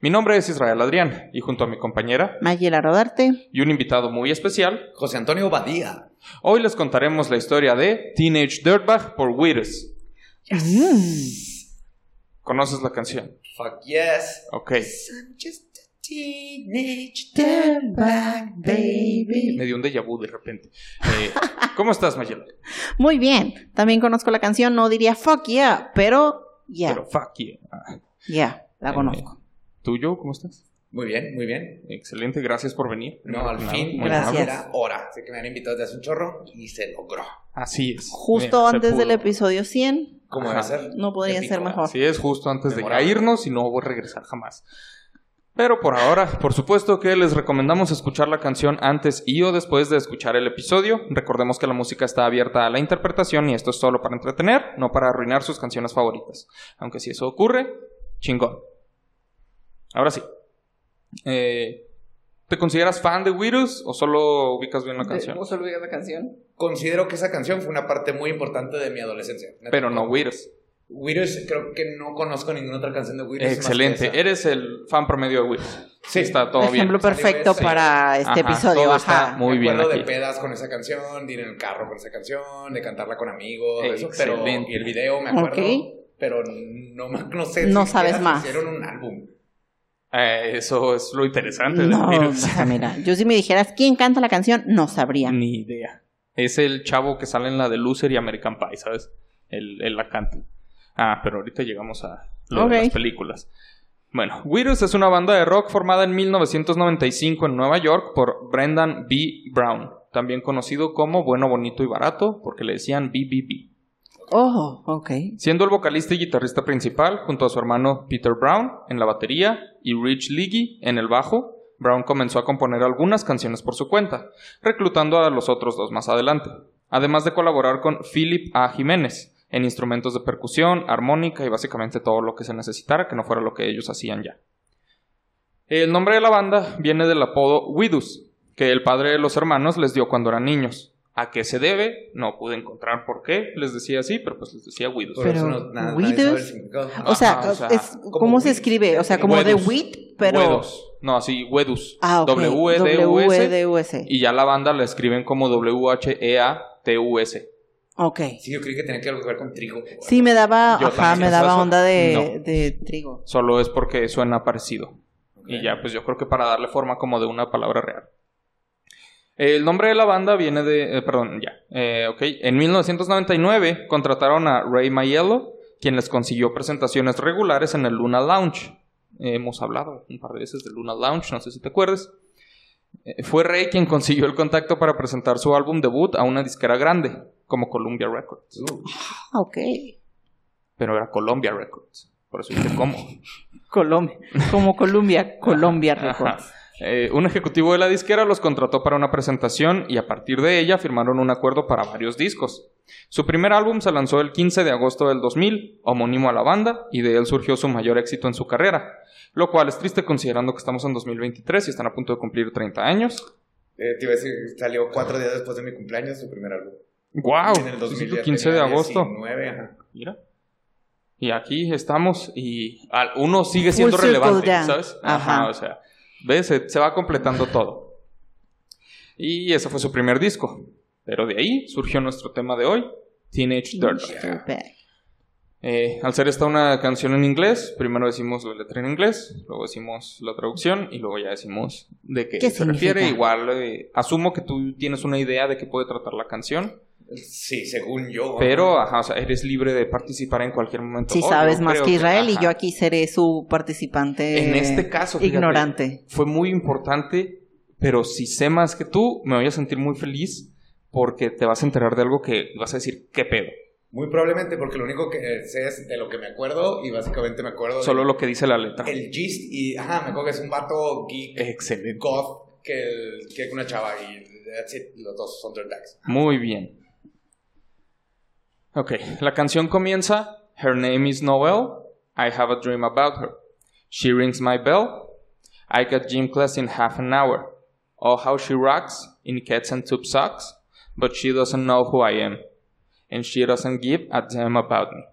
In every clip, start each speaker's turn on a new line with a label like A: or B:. A: Mi nombre es Israel Adrián y junto a mi compañera
B: Mayela Rodarte.
A: y un invitado muy especial,
C: José Antonio Badía.
A: Hoy les contaremos la historia de Teenage Dirtbag por Weirds. ¿Conoces la canción?
C: Fuck yes.
A: Ok.
C: I'm just a teenage dirtbag baby.
A: Me dio un déjà vu de repente. Eh, ¿Cómo estás, Mayela?
B: Muy bien. También conozco la canción, no diría fuck yeah, pero ya,
A: Pero fuck you. Ah,
B: ya, la
A: eh,
B: conozco.
A: ¿Tú, yo? ¿Cómo estás?
C: Muy bien, muy bien.
A: Excelente, gracias por venir.
C: No, al
A: Nada,
C: fin,
A: muy
B: Gracias.
A: amable.
C: Era hora. Sé que me han invitado desde hace un chorro y se logró.
A: Así es.
B: Justo
A: Mira, se
B: antes
A: pudo.
B: del episodio 100,
C: Como
A: Ajá.
C: debe ser.
B: no podría
C: Épico.
B: ser mejor.
A: Así es, justo antes de
C: Memorable.
A: caernos y no voy a regresar jamás. Pero por ahora, por supuesto que les recomendamos escuchar la canción antes y o después de escuchar el episodio. Recordemos que la música está abierta a la interpretación y esto es solo para entretener, no para arruinar sus canciones favoritas. Aunque si eso ocurre, chingón. Ahora sí. Eh, ¿Te consideras fan de Virus o solo ubicas bien la canción?
B: ¿Vos olvidas la canción?
C: Considero que esa canción fue una parte muy importante de mi adolescencia. Neta.
A: Pero no Virus.
C: Weirdos, creo que no conozco ninguna otra canción de Weirdos. más que
A: Excelente.
C: esa.
A: Eres el fan promedio de Virus.
C: Sí.
A: Está todo bien.
B: Ejemplo perfecto
C: Sí.
B: para
A: Ajá,
B: este episodio.
A: todo está
B: ajá.
A: muy-
C: me acuerdo
A: bien
C: de
A: aquí.
C: pedas con esa canción, de ir en el carro con esa canción, de cantarla con amigos, eso, pero
A: Excelente.
C: y el video me acuerdo,
B: Ok.
C: pero no ma- no sé
B: No
C: ni siquiera
B: sabes
C: si
B: más.
C: Hicieron un álbum.
A: Eh, eso es lo interesante del
B: No,
A: virus. Mm.
B: o sea, mira, yo si me dijeras quién canta la canción, no sabría.
A: Ni idea. Es el chavo que sale en la de Loser y American Pie, ¿sabes? El, el la canta. Ah, pero ahorita llegamos a lo de
B: Ok.
A: las películas. Bueno, Virus es una banda de rock formada en 1995 en Nueva York por Brendan B. Brown, también conocido como Bueno, Bonito y Barato, porque le decían BBB.
B: Oh, ok.
A: siendo el vocalista y guitarrista principal junto a su hermano Peter Brown en la batería y Rich Leahy en el bajo. Brown comenzó a componer algunas canciones por su cuenta, reclutando a los otros dos más adelante, además de colaborar con Philip A. Jiménez en instrumentos de percusión, armónica y básicamente todo lo que se necesitara que no fuera lo que ellos hacían ya. El nombre de la banda viene del apodo Widus, que el padre de los hermanos les dio cuando eran niños. ¿A qué se debe? No pude encontrar por qué les decía así, pero pues les decía Widus.
C: Por
B: Pero,
C: eso no- na- nadie sabe el
B: ¿Weirdos?
C: significado.
B: O sea,
A: Ajá, o sea,
B: es- ¿cómo
C: como
B: se
C: Weed.
B: escribe? O sea, como de
A: Wedos.
B: wheat, pero...
A: Wedos. No, así, E Wedus.
B: Ah, ok. E
A: W-E-D-U-S.
B: W-E-D-U-S.
A: Y ya la banda la escriben como E W-H-E-A-T-U-S.
B: Ok.
C: sí, yo creí que tenía que algo que ver con trigo.
B: Sí, me daba,
A: Yo
B: ajá,
A: también.
B: me daba
A: Eso-
B: onda de,
A: no.
B: de trigo.
A: Solo es porque suena parecido.
C: Ok.
A: Y ya, pues yo creo que para darle forma como de una palabra real. El nombre de la banda viene de... eh, perdón, ya. Eh, ok. En 1999 contrataron a Ray Maiello, quien les consiguió presentaciones regulares en el Luna Lounge. Eh, hemos hablado un par de veces del Luna Lounge, no sé si te acuerdas. Eh, fue Ray quien consiguió el contacto para presentar su álbum debut a una disquera grande, como Columbia Records.
B: Ah, ok.
A: Pero era Columbia Records. Por eso dije, ¿cómo?
B: Colombia. Como Colombia, Colombia
A: Ajá.
B: Records.
A: Eh, un ejecutivo de la disquera los contrató para una presentación y a partir de ella firmaron un acuerdo para varios discos. Su primer álbum se lanzó el 15 de agosto del 2000, homónimo a la banda, y de él surgió su mayor éxito en su carrera, lo cual es triste considerando que estamos en 2023 y están a punto de cumplir 30 años.
C: Eh, te iba a decir, salió cuatro días después de mi cumpleaños su primer álbum.
A: ¡Wow!
C: en el 2000 ya
A: 15 de
C: tenía
A: agosto.
C: 19, ajá.
A: Mira. Y aquí estamos y al- uno sigue
B: Full
A: siendo
B: circle
A: relevante,
B: ya.
A: ¿sabes? Ajá,
B: Ajá.
A: o sea, ves, se, se va completando todo. Y ese fue su primer disco. Pero de ahí surgió nuestro tema de hoy, Teenage Dirtbag.
B: Stupid.
A: Eh, al ser esta una canción en inglés, primero decimos la letra en inglés, luego decimos la traducción y luego ya decimos de qué,
B: ¿Qué
A: se refiere.
B: significa?
A: Igual eh, asumo que tú tienes una idea de qué puede tratar la canción.
C: Sí, según yo.
A: Pero, ajá, o sea, eres libre de participar en cualquier momento.
B: Si
A: Oh,
B: sabes
A: yo
B: más
A: creo
B: que Israel y
A: ajá.
B: yo aquí seré su participante
A: En este caso, fíjate,
B: ignorante.
A: Fue muy importante, pero si sé más que tú, me voy a sentir muy feliz porque te vas a enterar de algo que vas a decir, ¿qué pedo?
C: Muy probablemente porque lo único que eh, sé es de lo que me acuerdo y básicamente me acuerdo de-
A: Solo lo que dice la letra. Eh.
C: el gist y ajá, me acuerdo que es un vato geek
A: Excelente.
C: goth que, el- que una chava y that's it, los dos son dirtbags.
A: Muy bien. Ok, la canción comienza. Her name is Noel. I have a dream about her. She rings my bell. I got gym class in half an hour. Oh, how she rocks in cats and tube socks. But she doesn't know who I am. And she doesn't give a damn about me.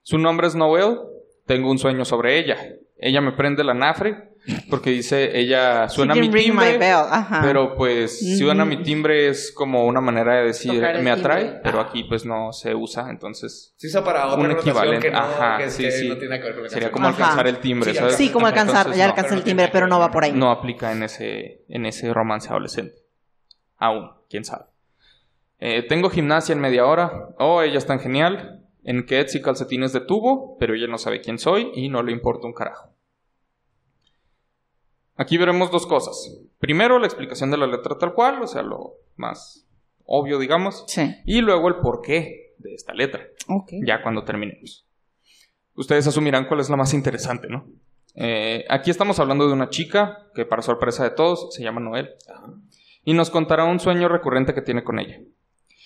A: Su nombre es Noel. Tengo un sueño sobre ella. Ella me prende la nafre porque dice ella suena
B: She
A: mi
B: can ring my
A: timbre.
B: bell, ajá.
A: Pero pues, si van a mi timbre es como una manera de decir
B: Tocar el
A: me atrae,
B: timbre.
A: pero aquí pues no se usa, entonces
C: Se usa para otra
A: Un
C: notación
A: equivalente,
C: que no,
A: ajá,
C: que,
A: sí,
C: que
A: sí.
C: no tiene nada que ver con la
A: sería
C: canción.
A: como
B: Ajá.
A: alcanzar el timbre,
C: Sí,
A: ¿sabes?
B: Pues, sí, como alcanzar,
A: Entonces,
B: ya
A: no,
B: alcanza
C: pero
B: el
C: no
B: timbre,
C: tiene
B: pero no va por ahí.
A: No aplica en ese, en ese romance adolescente. Aún, quién sabe. Eh, tengo gimnasia en media hora. Oh, ella es tan genial. En Keds y calcetines de tubo, pero ella no sabe quién soy y no le importa un carajo. Aquí veremos dos cosas. Primero, la explicación de la letra tal cual, o sea, lo más obvio, digamos.
B: Sí.
A: Y luego el porqué de esta letra,
B: Ok.
A: ya cuando terminemos. Ustedes asumirán cuál es la más interesante, ¿no? Eh, aquí estamos hablando de una chica que, para sorpresa de todos, se llama Noel. Y nos contará un sueño recurrente que tiene con ella.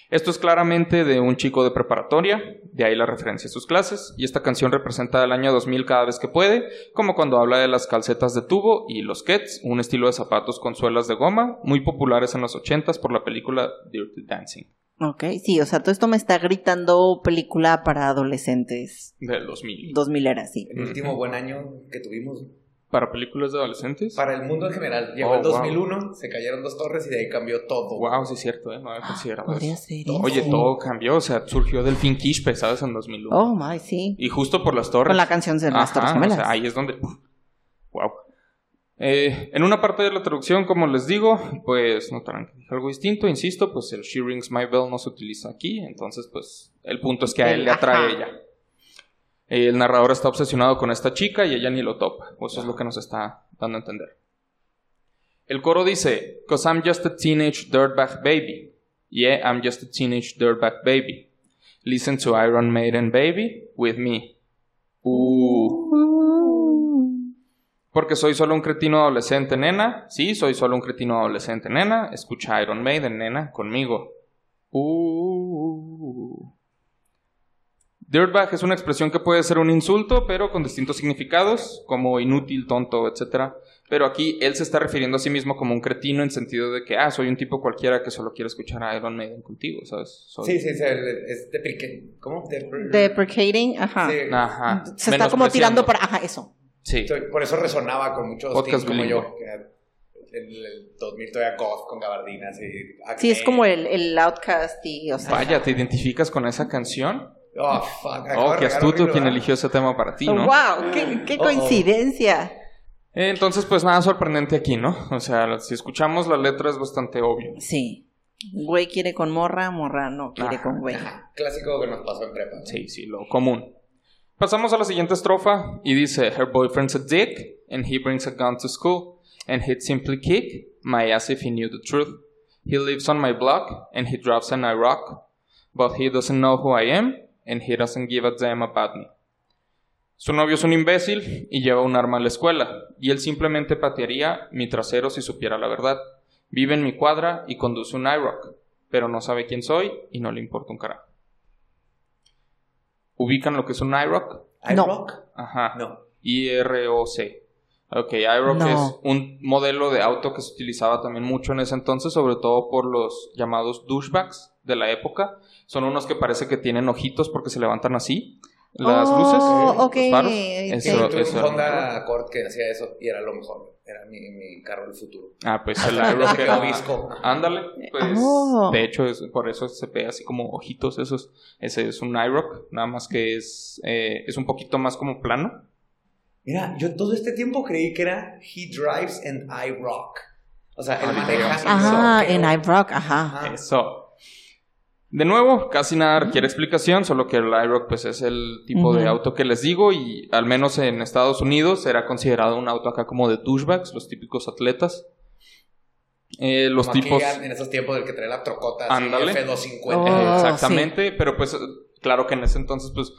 A: Esto es claramente de un chico de preparatoria, de ahí la referencia a sus clases, y esta canción representa el año 2000 cada vez que puede, como cuando habla de las calcetas de tubo y los kets, un estilo de zapatos con suelas de goma, muy populares en los 80s por la película Dirty Dancing
B: Ok, sí, o sea, todo esto me está gritando película para adolescentes.
A: del 2000.
B: Dos mileras, sí.
C: El último buen año que tuvimos
A: ¿Para películas de adolescentes?
C: para el mundo en general. Llegó
A: Oh,
C: el
A: wow.
C: 2001, se cayeron dos torres y de ahí cambió todo.
A: Wow, sí es cierto, ¿eh? No había considerado
B: Ah, Podría
A: eso.
B: ser ¿eh?
A: Oye,
B: eso.
A: todo cambió, o sea, surgió del fin Quispe, ¿sabes? En 2001.
B: Oh, my, sí.
A: Y justo por las torres.
B: Con la canción de las
A: Ajá,
B: Torres
A: o
B: Gemelas.
A: sea, ahí es donde... Wow. Eh, en una parte de la traducción, como les digo, pues notarán que dije algo distinto, insisto, pues el She Rings My Bell no se utiliza aquí, entonces pues el punto es que a él le atrae
B: Ajá.
A: ella. El narrador está obsesionado con esta chica y ella ni lo topa, o eso es lo que nos está dando a entender. El coro dice, Cause I'm just a teenage dirtbag baby. Yeah, I'm just a teenage dirtbag baby. Listen to Iron Maiden Baby with me. Uh.
B: Mm.
A: Porque soy solo un cretino adolescente, nena. Sí, soy solo un cretino adolescente, nena. Escucha Iron Maiden, nena, conmigo. Uh. Dirtbag es una expresión que puede ser un insulto, pero con distintos significados, como inútil, tonto, etc. Pero aquí él se está refiriendo a sí mismo como un cretino en sentido de que, ah, soy un tipo cualquiera que solo quiere escuchar a Iron Maiden contigo, ¿sabes? Soy-
C: Sí, sí, sí, es de pique. ¿Cómo? De-
B: Deprecating, ajá.
C: Sí.
A: Ajá.
B: Se está como tirando
A: Menospreciando.
B: para. Ajá, eso.
A: Sí.
C: Estoy- Por eso resonaba con muchos
A: Podcast
C: teens como
A: bilingüe.
C: yo. que era- En el 2000 todavía goth con gabardinas y...
B: Sí, es como
C: acné.
B: el, el outcast y, o sea.
A: Vaya, ¿te identificas con esa canción?
C: Oh, fuck. acabo
A: Oh,
C: de
A: qué
C: regar
A: astuto
C: horrible,
A: quien
C: ¿verdad?
A: eligió ese tema para ti, ¿no?
B: ¡Wow! ¡Qué, qué
C: Uh-oh.
B: coincidencia!
A: Eh, Entonces, pues nada sorprendente aquí, ¿no? O sea, si escuchamos la letra es bastante obvio.
B: Sí. Güey quiere con morra, morra no quiere
A: Ajá.
B: con güey.
C: Ajá, Clásico que nos pasó en prepa. ¿no?
A: Sí, sí, lo común. Pasamos a la siguiente estrofa y dice: Her boyfriend's a dick, and he brings a gun to school, and he'd simply kick my ass if he knew the truth. He lives on my block, and he drops an I rock, but he doesn't know who I am, and he doesn't give a damn about me. Su novio es un imbécil y lleva un arma a la escuela, y él simplemente patearía mi trasero si supiera la verdad. Vive en mi cuadra y conduce un IROC, pero no sabe quién soy y no le importa un carajo. ¿Ubican lo que es un IROC?
C: ¿I
B: No.
C: rock?
A: Ajá.
C: No.
A: IROC. Ok, IROC
B: No.
A: es un modelo de auto que se utilizaba también mucho en ese entonces, sobre todo por los llamados douchebags de la época. Son unos que parece que tienen ojitos porque se levantan así. Las
B: Oh,
A: luces, los
B: ok.
A: faros.
B: Sí,
C: Sí,
A: Eso,
C: tuve
A: eso
C: un
A: era.
C: Honda Accord que hacía eso y era lo mejor. Era mi, mi carro del futuro.
A: Ah, pues el IROC
C: Quedó
A: era
C: visco.
A: Ándale, pues.
B: Oh.
A: De hecho, es- por eso se ve así como ojitos esos. Ese es un IROC, nada más que es, eh, es un poquito más como plano.
C: Mira, yo todo este tiempo creí que era He Drives and I Rock. O sea, él
A: Ahorita
C: maneja.
A: llegamos
C: y
B: Ajá,
C: rockeo.
B: en Ibrock, ajá.
C: Ajá.
A: Eso. De nuevo, casi nada requiere explicación, solo que el IROC pues es el tipo de
B: Ujú.
A: auto que les digo y al menos en Estados Unidos era considerado un auto acá como de douchebags, los típicos atletas. Eh, los
C: Como
A: tipos...
C: aquella en esos tiempos del que trae la trocota así,
A: Ándale.
B: Oh,
C: F250.
A: Eh, exactamente, pero pues claro que en ese entonces pues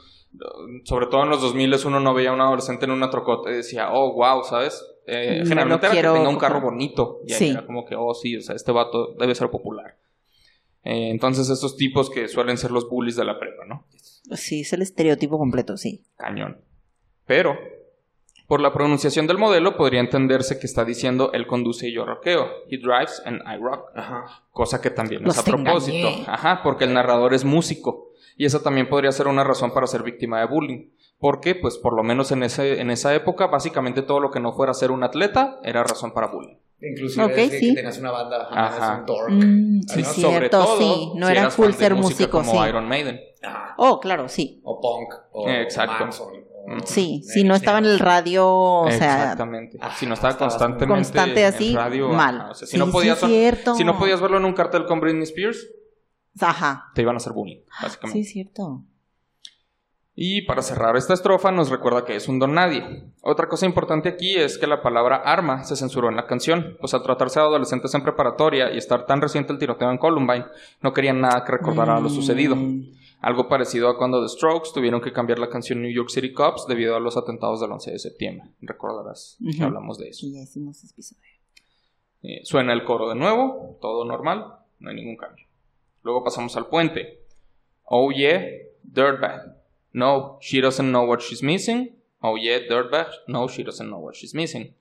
A: sobre todo en los 2000 uno no veía a un adolescente en una trocota y decía, oh, wow, ¿sabes? Eh,
B: Me
A: generalmente era que
B: lo Mm, quiero
A: tenga un carro
B: comprar.
A: bonito. Y ahí
B: Sí.
A: era como que, oh, sí, o sea, este vato debe ser popular. Eh, entonces, estos tipos que suelen ser los bullies de la prepa, ¿no?
B: Sí, es el estereotipo completo, sí.
A: Cañón. Pero, por la pronunciación del modelo, podría entenderse que está diciendo él conduce y yo roqueo. He drives and I rock.
C: Ajá.
A: Cosa que también
B: Los
A: es a propósito.
B: engañé.
A: Ajá, porque el narrador es músico. Y esa también podría ser una razón para ser víctima de bullying. Porque, pues, por lo menos en, ese, en esa época, básicamente todo lo que no fuera ser un atleta era razón para bullying.
C: Inclusive
B: Ok,
C: es que-
B: sí.
C: que tengas una banda, ajá,
A: Ajá.
C: es un dork.
B: Mm, sí,
A: Sí,
C: ¿no?
A: sobre
B: cierto,
A: todo,
B: sí. No
A: si
B: era
A: eras
B: cool
A: fan de
B: ser
A: música
B: músico,
A: como
B: sí.
A: Iron Maiden.
C: Ajá.
B: Oh, claro, sí.
C: ah, O punk, o
A: Exacto. Mm.
C: Manson, o-
B: Sí,
C: eh,
B: si no estaba en el radio, o sea,
A: Exactamente.
C: ah,
A: si no estaba
C: estabas
A: constantemente
B: constante así,
A: en radio,
B: mal.
A: ajá, o sea, si
B: Sí,
A: no
B: sí,
A: podías
B: es cierto.
A: si no podías verlo en un cartel con Britney Spears,
B: Ajá.
A: te iban a hacer bullying,
B: Sí,
A: básicamente.
B: es cierto.
A: Y para cerrar esta estrofa nos recuerda que es un don nadie. Otra cosa importante aquí es que la palabra arma se censuró en la canción, pues al tratarse de adolescentes en preparatoria y estar tan reciente el tiroteo en Columbine, no querían nada que recordara lo sucedido.
B: Mm,
A: Algo parecido a cuando The Strokes tuvieron que cambiar la canción New York City Cops debido a los atentados del 11 de septiembre. Recordarás que
B: Ujú.
A: hablamos de eso.
B: Y ya hicimos ese episodio.
A: Eh, suena el coro de nuevo, todo normal, no hay ningún cambio. Luego pasamos al puente. Oh yeah, dirtbag. No, she doesn't know what she's missing. Oh yeah, dirtbag. No, she doesn't know what she's missing.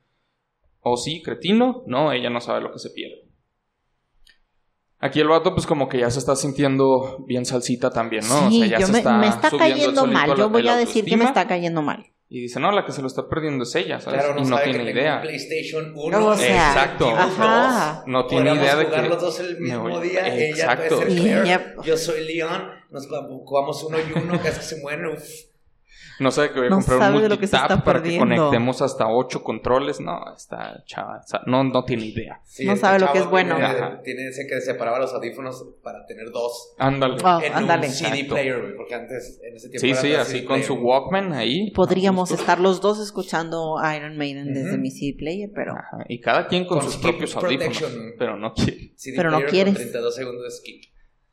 A: Oh sí, cretino. No, ella no sabe lo que se pierde. Aquí el vato, pues como que ya se está sintiendo bien salsita también, ¿no?
B: sí,
A: o sea, ya
B: yo
A: se
B: me,
A: está
B: me está
A: subiendo él
B: cayendo
A: solito
B: mal.
A: la-
B: Yo voy
A: la
B: a decir que me
A: autoestima.
B: está cayendo mal.
A: Y dice, no, la que se lo está perdiendo es ella, ¿sabes?
C: Claro, no,
A: y no
C: sabe
A: tiene
C: que
A: idea.
C: tengo un PlayStation 1.
B: O sea,
A: Exacto.
B: ajá.
A: No tiene idea de
C: jugar
A: que-
C: los dos el
A: me
C: mismo
A: voy-
C: día. Ella
A: Exacto.
C: puede ser Claire,
B: Yep.
C: yo soy Leon. Nos jugamos uno y uno, casi se mueren. Uf.
A: No sabe que voy a
B: No
A: comprar un
B: sabe de lo que se
A: multitap
B: está
A: para que
B: perdiendo.
A: conectemos hasta ocho controles. No, esta chava, o sea, no, no tiene idea.
C: Sí,
B: No
C: esta
B: sabe lo
C: chava
B: que es bueno.
C: Tiene,
A: Ajá.
C: tiene ese que separaba los audífonos para tener dos.
A: Ándale.
B: Ah,
C: en
B: ándale.
C: un CD
A: Exacto.
C: player, güey, porque antes, en ese tiempo.
A: sí,
C: era
A: sí,
C: la
A: así
C: CD
A: con
C: player.
A: su Walkman ahí.
B: Podríamos
A: A gusto.
B: estar los dos escuchando Iron Maiden desde
C: Ujú.
B: mi CD player, pero
A: Ajá, Y cada quien con,
C: Con
A: sus
C: skip
A: propios audífonos.
C: protection.
A: Pero no quiere.
C: CD
B: pero no
C: player con
B: quieres.
C: 32 segundos de skip.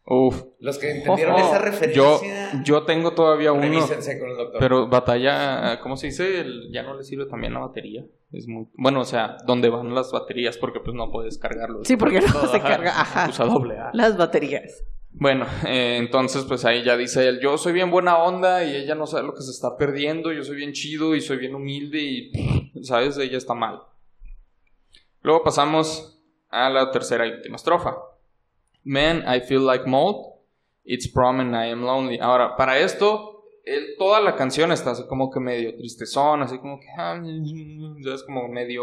A: Uf. Oh,
C: Los que entendieron esa
A: yo,
C: referencia.
A: yo tengo todavía uno.
C: revísense con el doctor.
A: Pero batalla, ¿cómo se dice? El- ya no le sirve también la batería. Es muy... Bueno, o sea, ¿dónde van las baterías? Porque pues no puedes cargarlo.
B: Sí, porque luego
A: Todo,
B: se carga, ajá.
A: Usa doble A.
B: las baterías.
A: Bueno, eh, entonces pues ahí ya dice él, yo soy bien buena onda y ella no sabe lo que se está perdiendo, yo soy bien chido y soy bien humilde y, ¿sabes? Ella está mal. Luego pasamos a la tercera y última estrofa. Man, I feel like mold. It's prom and I am lonely. Ahora, para esto, él- toda la canción está así como que medio tristezón, así como que... ah, ¿Sabes? Como medio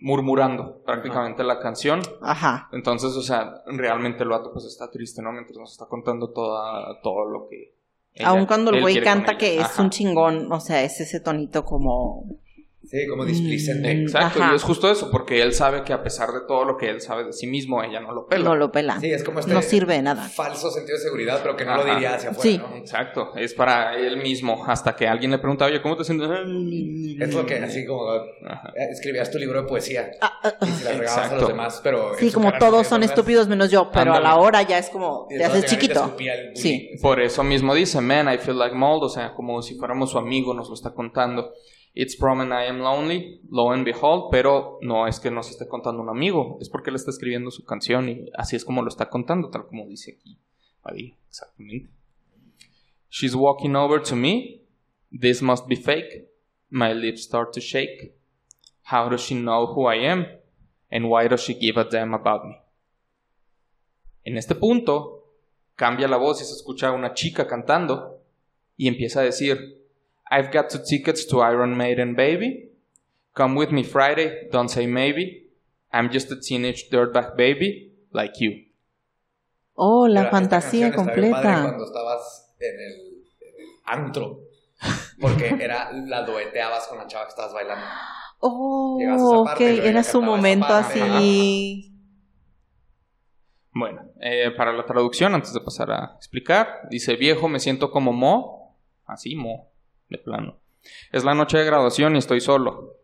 A: murmurando prácticamente la canción.
B: Ajá.
A: Entonces, o sea, realmente el vato pues está triste, ¿no? Mientras nos está contando toda, todo lo que... ella-
B: Aun cuando el
A: él
B: güey
A: quiere con
B: canta
A: ella.
B: que es
A: Ajá.
B: un chingón, o sea, es ese tonito como
C: Sí, como
B: Mm,
C: displicente.
A: Exacto,
B: Ajá.
A: y es justo eso, porque él sabe que a pesar de todo lo que él sabe de sí mismo, ella no lo pela.
B: no lo pela.
C: Sí, es como este
B: no sirve de nada.
C: falso sentido de seguridad, pero que no
A: Ajá.
C: lo diría hacia afuera,
B: Sí.
C: ¿no?
A: Exacto, es para él mismo, hasta que alguien le preguntaba, oye, ¿cómo te sientes?
C: Es lo que así como
A: Ajá.
C: eh, escribas tu libro de poesía
B: Ah, ah,
C: y se la regabas a
A: Exacto.
C: los demás, pero... en
B: sí,
C: su
B: como
C: cara no
B: todos
C: podías
B: son
C: verlas.
B: estúpidos menos yo, pero a la
A: Ándale.
B: hora ya es como
C: Y
B: te haces
C: entonces llegaron y te
B: chiquito.
C: escupía el bullying.
B: Sí.
A: Por eso mismo dice, man, I feel like mold, o sea, como si fuéramos su amigo, nos lo está contando. It's prom and I am lonely, lo and behold, pero no es que nos esté contando un amigo, es porque él está escribiendo su canción y así es como lo está contando, tal como dice aquí. Ahí, exactamente. She's walking over to me. This must be fake. My lips start to shake. How does she know who I am? And why does she give a damn about me? En este punto, cambia la voz y se escucha a una chica cantando y empieza a decir, I've got two tickets to Iron Maiden, baby. Come with me Friday, don't say maybe. I'm just a teenage dirtbag baby like you.
B: Oh, la
C: Pero esta
B: fantasía
C: canción estaba bien padre
B: completa.
C: cuando estabas en el, en el antro. Porque era, la dueteabas con la chava que estabas bailando.
B: Oh,
C: Llegabas a esa
B: ok,
C: parte y luego
B: era
C: ya
B: su
C: cantabas esa
B: momento
C: parte,
B: así.
A: Bueno, eh, para la traducción, antes de pasar a explicar, dice viejo, me siento como Mo, así Mo, de plano. Es la noche de graduación y estoy solo.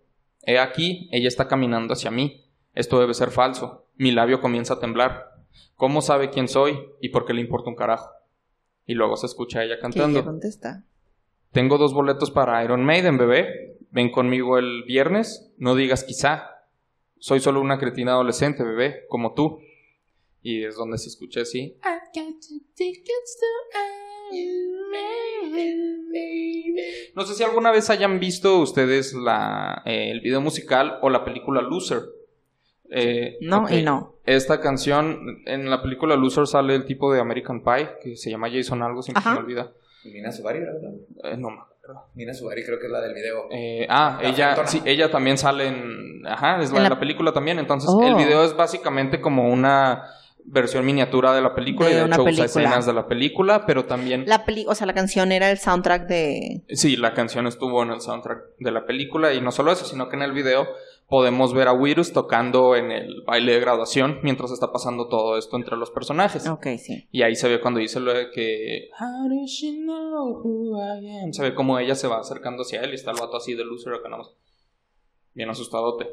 A: He aquí, ella está caminando hacia mí. Esto debe ser falso. Mi labio comienza a temblar. ¿Cómo sabe quién soy y por qué le importa un carajo? Y luego se escucha a ella
B: Que ella
A: cantando.
B: contesta.
A: Tengo dos boletos para Iron Maiden, bebé. ven conmigo el viernes, no digas quizá, soy solo una cretina adolescente, bebé, como tú. Y es donde se escucha así. No sé si alguna vez hayan visto ustedes la, eh, el video musical o la película Loser. Eh,
B: No
A: ok.
B: y no.
A: Esta canción, en la película Loser sale el tipo de American Pie, que se llama Jason algo, siempre se
B: Ajá.
A: me olvida.
C: Nina Subari, ¿verdad?
A: Eh, no, me acuerdo.
C: Nina Subari creo que es la del video.
A: Eh, ah,
C: La
A: ella,
C: Fantona.
A: sí, ella también sale en. Ajá, es la, de
B: En la-
A: la película también. Entonces,
B: Oh.
A: el video es básicamente como una versión miniatura de la película
B: De
A: y de
B: una
A: hecho usa
B: película.
A: escenas de la película, pero también.
B: La peli, o sea, la canción era el soundtrack de.
A: Sí, la canción estuvo en el soundtrack de la película y no solo eso, sino que en el video podemos ver a Virus tocando en el baile de graduación mientras está pasando todo esto entre los personajes.
B: Ok, sí.
A: Y ahí se ve cuando dice lo de que. "How does she know who I am?" Se ve como ella se va acercando hacia él y está el vato así de loser acá nada más. Bien asustadote.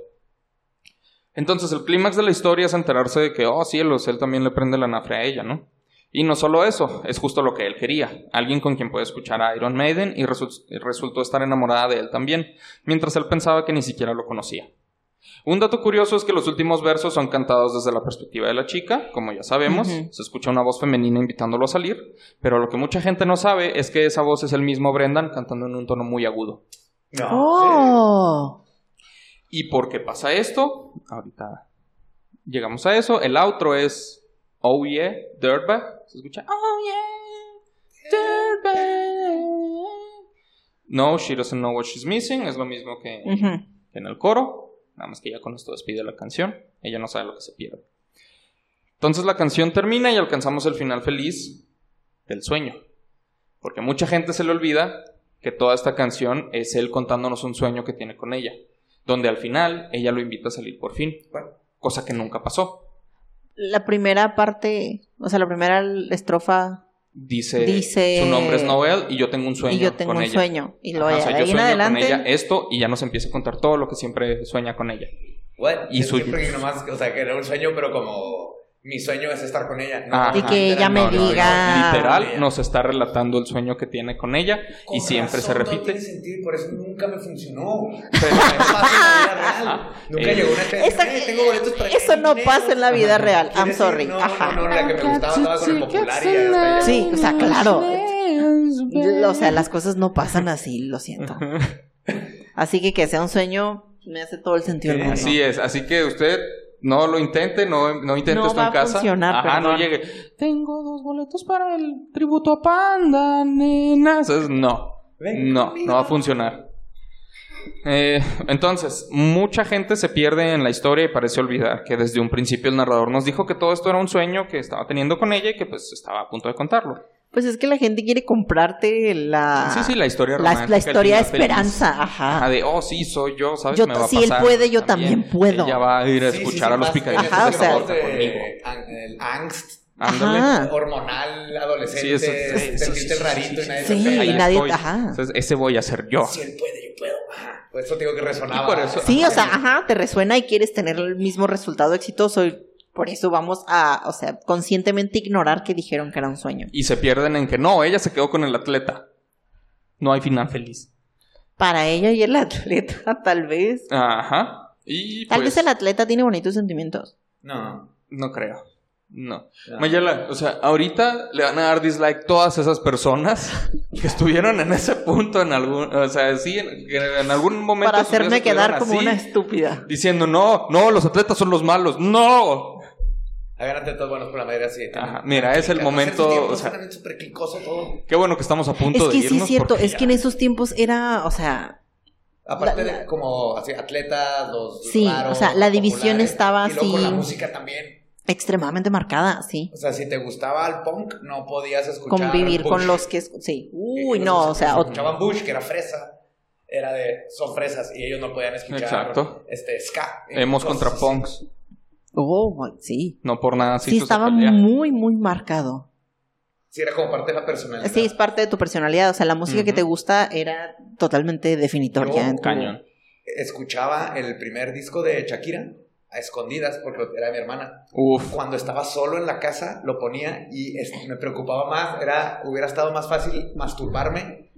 A: Entonces, el clímax de la historia es enterarse de que, oh cielos, él también le prende la nafre a ella, ¿no? Y no solo eso, es justo lo que él quería. Alguien con quien puede escuchar a Iron Maiden y resu- resultó estar enamorada de él también, mientras él pensaba que ni siquiera lo conocía. Un dato curioso es que los últimos versos son cantados desde la perspectiva de la chica, como ya sabemos,
B: Ujú.
A: se escucha una voz femenina invitándolo a salir, pero lo que mucha gente no sabe es que esa voz es el mismo Brendan cantando en un tono muy agudo. Ah,
C: No.
B: ¡Oh!
A: ¿Y por qué pasa esto? Ahorita llegamos a eso. El outro es Oh yeah, Dirtbag. ¿Se escucha? Oh yeah, Dirtbag. No, she doesn't know what she's missing. Es lo mismo que
B: Ujú.
A: en el coro. Nada más que ya con esto despide la canción. Ella no sabe lo que se pierde. Entonces la canción termina y alcanzamos el final feliz del sueño. Porque mucha gente se le olvida que toda esta canción es él contándonos un sueño que tiene con ella. Donde al final ella lo invita a salir por fin. Cosa que nunca pasó.
B: La primera parte, o sea, la primera estrofa
A: Dice,
B: Dice-
A: su nombre es Noel y yo tengo un sueño
B: y yo tengo
A: con
B: un
A: ella.
B: sueño. Y luego
A: Ajá, o
B: ya
A: sea,
B: de
A: yo
B: ahí en
A: sueño
B: adelante.
A: con ella esto y ya nos empieza a contar todo lo que siempre sueña con ella.
C: What?
A: Y
C: Y
A: suyo.
C: Siempre que nomás, o sea, que era un sueño, pero como mi sueño es estar con ella.
A: Ajá.
B: Y que ella me
A: No, no, no.
B: diga.
A: Literal, nos está relatando el sueño que tiene con ella y siempre se
C: No
A: repite.
C: tiene sentido, por eso nunca me funcionó.
A: Pero-
C: Ajá. Nunca
A: Eh,
C: llegó una
B: esa-
C: "Eh, tengo boletos para
B: eso no pasa en la vida
A: Ajá.
B: real. I'm
C: Quiere decir,
B: sorry.
C: No,
B: Ajá.
C: No, no, la que me gustaba estaba con el popular y ya está, ya.
B: Sí, o sea, claro. O sea, las cosas no pasan así, lo siento. Así que que sea un sueño me hace todo el sentido del mundo.
A: Eh, Así es, así que usted no lo intente, no, no intente
B: No
A: esto
B: va
A: en
B: a
A: casa.
B: funcionar,
A: Ajá, no
B: perdón.
A: llegue. Tengo dos boletos para el tributo a Panda, nena. Entonces, no.
C: Ven
A: No,
C: conmigo.
A: no va a funcionar. Eh, entonces, mucha gente se pierde en la historia y parece olvidar que desde un principio el narrador nos dijo que todo esto era un sueño que estaba teniendo con ella y que pues estaba a punto de contarlo.
B: Pues es que la gente quiere comprarte la,
A: sí, sí, la historia
B: Ah, la,
A: romántica.
B: la
A: el
B: historia de
A: final feliz.
B: esperanza.
A: Ajá,
B: Ajá.
A: de, oh, sí, soy yo, ¿sabes?
B: Yo
A: Me
B: ta-
A: va a
B: si él
A: pasar
B: puede, yo también puedo.
A: Ella va a ir a
C: Sí, sí,
A: escuchar
C: sí,
A: a los
C: más-
A: picadillos.
B: Ajá,
A: de
B: o sea-
A: soporta
C: de-
A: conmigo.
C: an- el angst
A: Ándale.
B: Ajá.
C: hormonal,
A: Sí,
C: adolescente,
A: eso-
C: te
A: sí, sí,
C: sentiste
A: sí, sí,
C: rarito y nadie
B: sí,
C: te
B: sí.
C: pela.
A: Ahí
B: y nadie-
A: estoy.
B: ajá.
A: Entonces, ese voy a ser yo.
C: Si él puede, yo puedo. Ajá. Por eso te digo que resonaba.
A: Y por eso-
B: Sí, o sea, ajá, te resuena y quieres tener el mismo resultado exitoso. y por eso vamos a, o sea, conscientemente ignorar que dijeron que era un sueño.
A: Y se pierden en que no, ella se quedó con el atleta. No hay final feliz.
B: Para ella y el atleta, tal vez.
A: Ajá. Y
B: Tal
A: pues,
B: vez el atleta tiene bonitos sentimientos.
C: No.
A: no creo. No.
C: no.
A: Mayela, o sea, ahorita le van a dar dislike todas esas personas que estuvieron en ese punto en algún, o sea, sí, en, que en algún momento
B: Para
A: de sus vidas
B: hacerme quedar
A: estuvieron
B: como una
A: así,
B: estúpida.
A: diciendo, "No, no, los atletas son los malos." No.
C: Agárrate todos buenos por la madera así.
A: Ajá, mira, es el momento, o sea-
C: Es súper clicoso todo.
A: Qué bueno que estamos a
B: Es
A: punto de
B: que sí
A: irnos
B: es cierto,
A: porque
B: es que en
A: ya-
B: esos tiempos era, o sea,
C: Aparte
B: La- la-
C: de como así, atleta, los
B: Sí,
C: raros,
B: o sea, la división
C: populares,
B: estaba
C: y luego con
B: así.
C: la música también.
B: extremadamente marcada, sí.
C: O sea, si te gustaba el punk, no podías escuchar pues,
B: Convivir
C: Bush.
B: con los que, es- sí. Uy,
C: Ellos
B: no, o sea, ot-
C: escuchaban Bush, que era fresa. Era de, son fresas, y ellos no podían escuchar.
A: Exacto.
C: Este, ska.
A: hemos
C: Cosas
A: contra
C: así.
A: punks,
B: oh, my- sí.
A: no por nada así
B: Sí,
A: esto se
B: estaba
A: pelea.
B: muy, muy marcado.
C: Sí, era como parte de la personalidad.
B: Sí, es parte de tu personalidad, o sea, la música que
A: Ujú.
B: te gusta era totalmente definitoria.
C: Yo,
B: en tu-
A: cañón.
C: Escuchaba el primer disco de Shakira a escondidas, porque era mi hermana.
A: Uf.
C: cuando estaba solo en la casa lo ponía y es- me preocupaba más, era, hubiera estado más fácil masturbarme